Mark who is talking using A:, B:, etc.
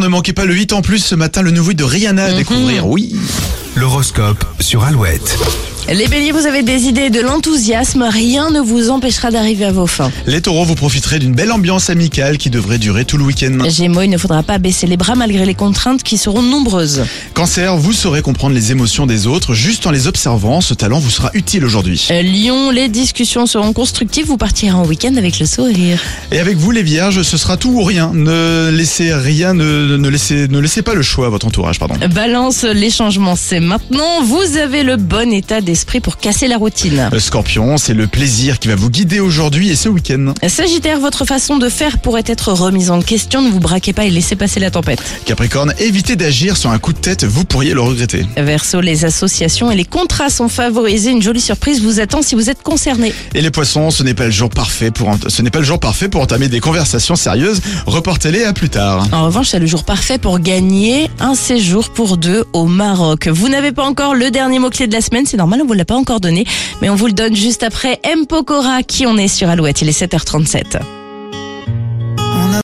A: Ne manquez pas le 8 en plus ce matin, le nouveau de Rihanna à découvrir, oui.
B: L'horoscope sur Alouette.
C: Les béliers, vous avez des idées, de l'enthousiasme, rien ne vous empêchera d'arriver à vos fins.
A: Les taureaux, vous profiterez d'une belle ambiance amicale qui devrait durer tout le week-end.
C: Gémeaux, il ne faudra pas baisser les bras malgré les contraintes qui seront nombreuses.
A: Cancer, vous saurez comprendre les émotions des autres juste en les observant, ce talent vous sera utile aujourd'hui.
C: Euh, Lyon, les discussions seront constructives, vous partirez en week-end avec le sourire.
A: Et avec vous les vierges, ce sera tout ou rien. Ne laissez rien, ne, ne laissez, ne laissez pas le choix à votre entourage, pardon.
C: Balance, les changements, c'est maintenant. Vous avez le bon état d'esprit pour casser la routine.
A: Le Euh, scorpion, c'est le plaisir qui va vous guider aujourd'hui et ce week-end.
C: Sagittaire, votre façon de faire pourrait être remise en question, ne vous braquez pas et laissez passer la tempête.
A: Capricorne, évitez d'agir sur un coup de tête, vous pourriez le regretter.
C: Verseau, les associations et les contrats sont favorisés, une jolie surprise vous attend si vous êtes concerné.
A: Et les poissons, ce n'est pas le jour parfait pour, ent- ce n'est pas le jour parfait pour entamer des conversations sérieuses. Reportez-les à plus tard.
C: En revanche, c'est le jour parfait pour gagner un séjour pour deux au Maroc. Vous n'avez pas encore le dernier mot-clé de la semaine, c'est normal, on vous l'a pas encore donné, mais on vous le donne juste après M. Pokora, qui on est sur Alouette, il est 7h37.